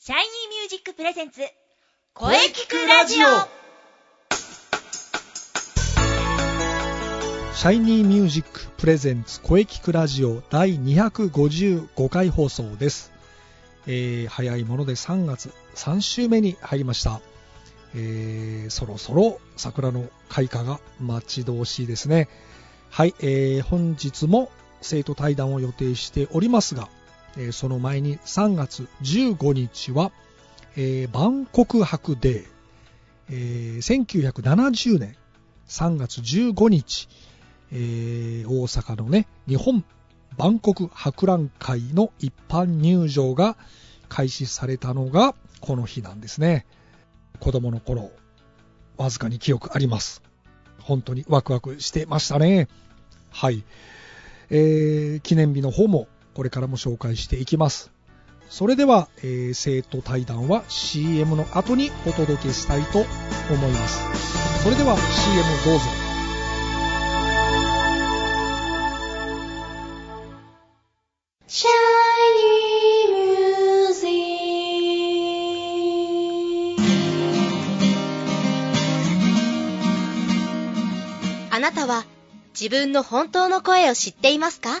シャイニーミュージックプレゼンツ声聞くラジオシャイニーミュージックプレゼンツ声聞くラジオ第255回放送です、えー早いもので3月3週目に入りました、えーそろそろ桜の開花が待ち遠しいですねはい、えー本日も生徒対談を予定しておりますが、えーその前に3月15日は、えー万国博デー、えー1970年3月15日えー大阪のね、日本万国博覧会の一般入場が開始されたのがこの日なんですね。子供の頃、わずかに記憶あります。本当にワクワクしてましたね。はい。えー記念日の方もこれからも紹介していきます。それでは、えー生徒対談は CM の後にお届けしたいと思います。それでは CM どうぞ。シャイニーミュージックあなたは自分の本当の声を知っていますか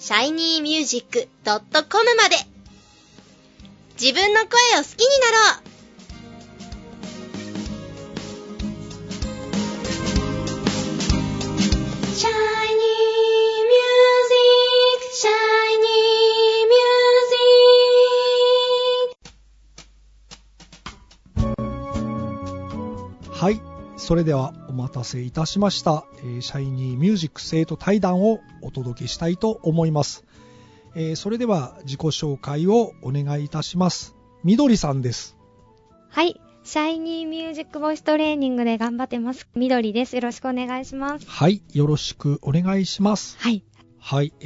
shinymusic.com まで自分の声を好きになろうシャイニーミュージック、シャイニーミュージック。はい、それではお待たせいたしました、えーシャイニーミュージック生徒対談をお届けしたいと思います、えーそれでは自己紹介をお願いいたしますみどりさんですはい。シャイニーミュージックボイストレーニングで頑張ってます。みどりです。よろしくお願いします。はいよろしくお願いしますはい。はい、え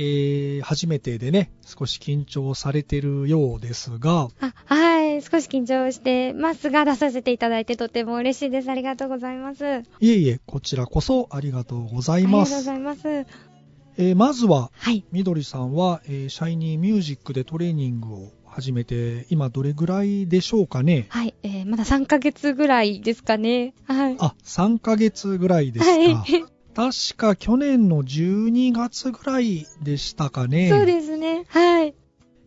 ー、初めてでね少し緊張されてるようですがあ、はい。少し緊張してますが、出させていただいてとても嬉しいです。ありがとうございます。あいえいえこちらこそありがとうございりがまとうごすざいます。えーまずははい。みどりさんは、えーシャイニーミュージックでトレーニングを始めて今どれぐらいでしょうかねはい。えー、まだ3ヶ月ぐらいですかね。はい。あ、3ヶ月ぐらいですか。はい。確か去年の12月ぐらいでしたかね。そうですね。はい。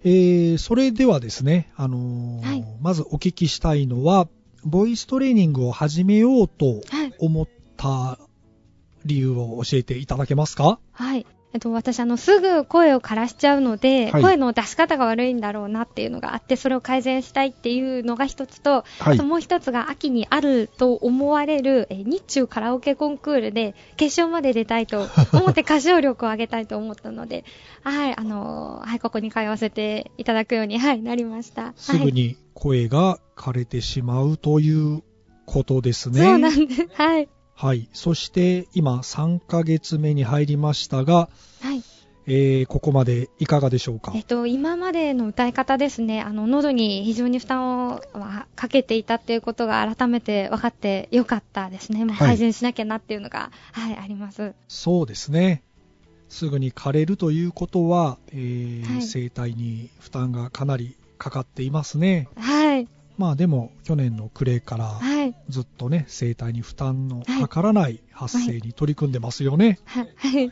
えーそれではですね、あのーはいまずお聞きしたいのは、ボイストレーニングを始めようとはい。思った理由を教えていただけますかはい。えっと、私、あの、すぐ声を枯らしちゃうので、はい声の出し方が悪いんだろうなっていうのがあって、それを改善したいっていうのが一つと、はあともう一つが秋にあると思われる、えー日中カラオケコンクールで決勝まで出た いと思って歌唱力を上げたいと思ったので、はい、あのーはい、ここに通わせていただくように、はい、なりました。すぐはい、に声が枯れてしまうということですね。そうなんです。はい。はい。そして今3ヶ月目に入りましたが、はい。えーここまでいかがでしょうかえっと、今までの歌い方ですね、あの、喉に非常に負担をはかけていたっていうことが改めて分かってよかったですね。もうはい改善しなきゃなっていうのが、はい、あります。そうですね。すぐに枯れるということは、えーはい声帯に負担がかなりかかっていますね。はい。まあでも去年の暮れからはい。ずっとね、声帯に負担のはいかからない発声に取り組んでますよね。ははい。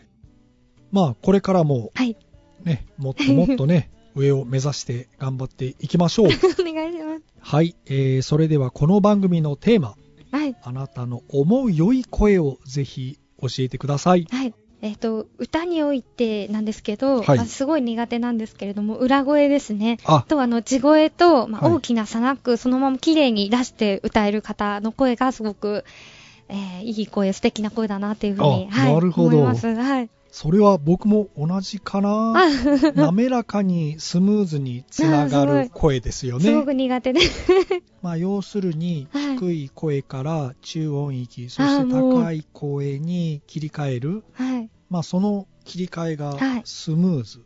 まあこれからもはい。 ね、もっともっとね、上を目指して頑張っていきま しょう。お願いします。はい、えーそれではこの番組のテーマ、はい。あなたの思う良い声をぜひ教えてください。はい。えっ、と、歌においてなんですけど、はいまあすごい苦手なんですけれども、裏声ですね。ああ、とは、あの、地声と、まあ、はい大きな差なく、そのまま綺麗に出して歌える方の声がすごく、えーいい声、素敵な声だなっていうふうに、あなるほど思います。はい。それは僕も同じかな 滑らかにスムーズにつながる声ですよすごねく苦手です。 まあ要するにはい低い声から中音域そあしーてもう高い声に切り替えるはい。まあその切り替えがはいスムーズ、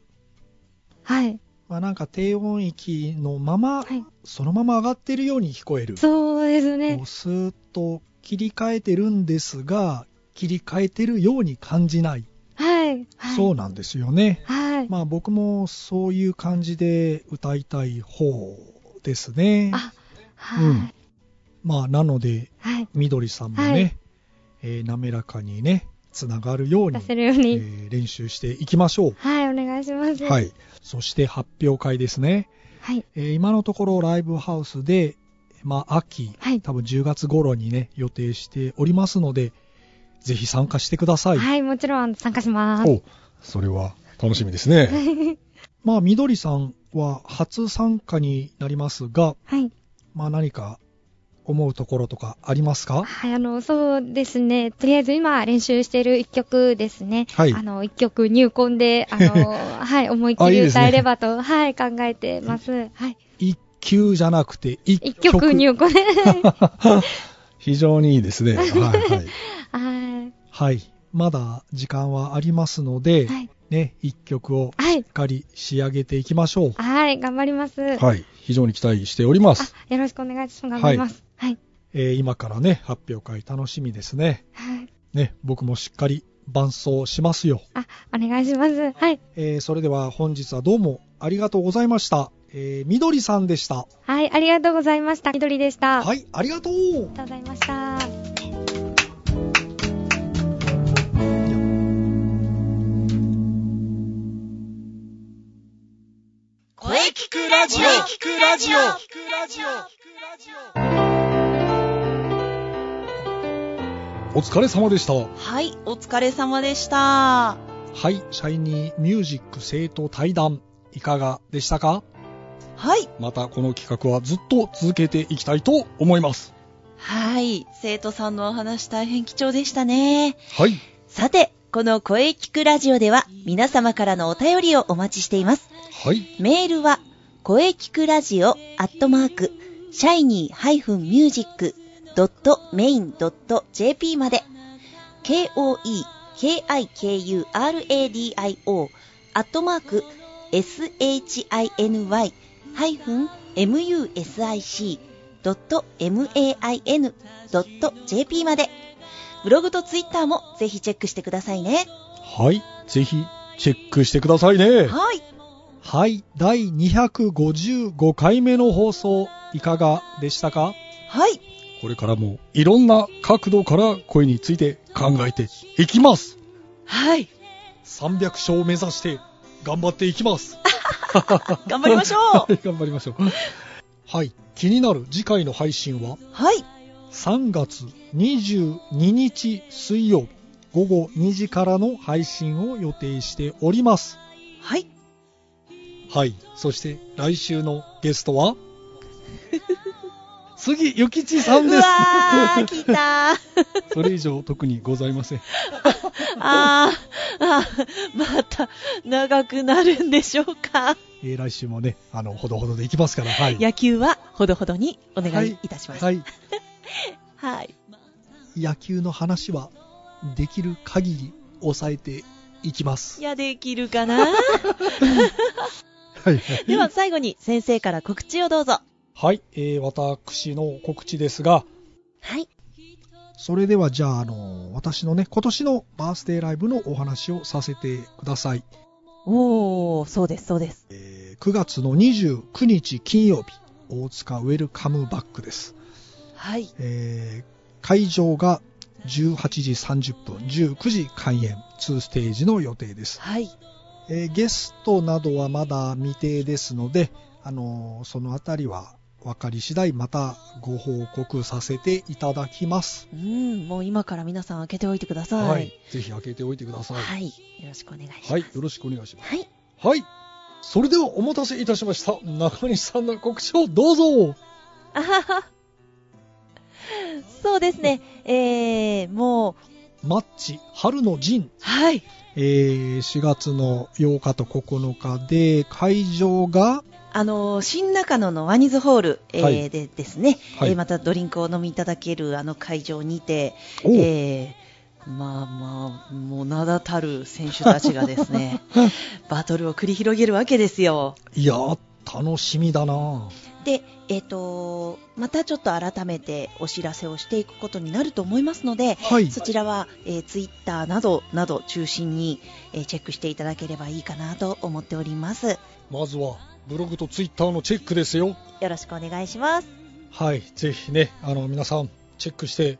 はい。まあなんか低音域のままはい。そのまま上がってるように聞こえるそうですねこう。スーッと切り替えてるんですが切り替えてるように感じない、はい。はい。そうなんですよねはい。まあ僕もそういう感じで歌いたい方ですねあ、はい。うんまあなのではい。みどりさんもね、はいえー滑らかにねつながるように出、せるように。えー練習していきましょうはい、お願いします。は。いそして発表会ですね、はい。えー今のところライブハウスでまあ秋、はい多分10月頃にね予定しておりますのでぜひ参加してください、はい、もちろん参加します。おそれは楽しみですね。 まあみどりさんは初参加になりますがはい。まあ何か思うところとかありますかはい、あの、そうですね。とりあえず今練習している一曲ですね。はいあの、一曲入魂で、あの、はい、思いっきあいいりですね歌えればと、はい、考えてます。はい。一級じゃなくて一一曲曲入魂で。 非常にいいですね。はいはい。 はい。はいまだ時間はありますので、はい。ね一曲をしはいっ。かり仕上げていきましょうはい、頑張ります。あ、はい。非常に期待しております。よろしくお願いします。頑張ります。はい。えー今からね発表会楽しみですねはい。ね僕もしっかり伴奏しますよあ、お願いします。はい。えーそれでは本日はどうもありがとうございました、えーみどりさんでしたはい、ありがとうございました。緑でした。はいありがとうありがとうございました。声聞くラジオ声聞くラジオお疲れ様でした。はい、お疲れ様でした。はいシャイニーミュージック生徒対談いかがでしたかはい。またこの企画はずっと続けていきたいと思います。はい、生徒さんのお話大変貴重でしたね。はい。さて、この声聞くラジオでは皆様からのお便りをお待ちしています。はい。メールは、声聞くラジオアットマーク、シャイニー -music.main.jp まで、k-o-e-k-i-k-u-r-a-d-i-o アットマーク、shiny-music.main.jp まで、ブログとツイッターもぜひチェックしてくださいね。はい。ぜひ、チェックしてくださいね。はい。はい第255回目の放送いかがでしたかはい。これからもいろんな角度から声について考えていきます。はい。 300勝を目指して頑張っていきます頑張りましょ う。頑張りましょう。はい気になる次回の配信ははい。 3月22日水曜日午後2時からの配信を予定しておりますはい。はいそして来週のゲス トは杉ゆきちさんうですわ ー、来たー。それ以上特にございません。あーあー、また長くなるんでしょうか。えー来週もねあのほどほどでいきますからはい野球はほどほどにお願いいたします。はいはい。野球の話はできる限り抑えていきますいや、できるかなはい。では最後に先生から告知をどうぞ。はい、えー私の告知ですがはい。それではじゃあ、あの、私のね、今年のバースデーライブのお話をさせてください。おー、そうです、そうです。えー9月の29日金曜日、大塚ウェルカムバックです。はい。えー会場が18時30分、19時開演、2ステージの予定です。はい。えーゲストなどはまだ未定ですので、あのーそのあたりは分かり次第またご報告させていただきます。うん、もう今から皆さん開けておいてください。はい。。ぜひ開けておいてください。よろしくお願いします。はい。よろしくお願いしまはい。す。はい。それではお待たせいたしました。中西さんの告知をどうぞ。あはは。そうですね。えー、もう、マッチ春の陣、はい。えー4月の8日と9日で会場があの、新中野のワニズホール、えーはいでですね、はいえーまたドリンクをお飲みいただけるあの会場にて、おうえーまあまあ、もう名だたる選手たちがです ね、バトルを繰り広げるわけですよ。いやー楽しみだなで、えっ、と、またちょっと改めてお知らせをしていくことになると思いますので、はいそちらは、えー、ツイッターなどなど中心に、えーチェックしていただければいいかなと思っております。まずは、ブログとツイッターのチェックですよ。よろしくお願いします。はい、ぜひね、あの、皆さん、チェックして、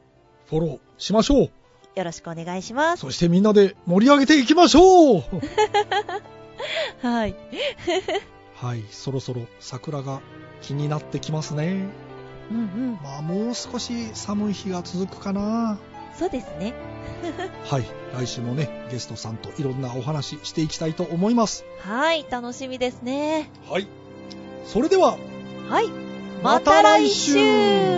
フォローしましょう。よろしくお願いします。そしてみんなで盛り上げていきましょうはい。 はいそろそろ桜が気になってきますねうんうん。まあもう少し寒い日が続くかなそうですね。はい来週もねゲストさんといろんなお話ししていきたいと思いますはい、楽しみですね。はいそれでははい。また来週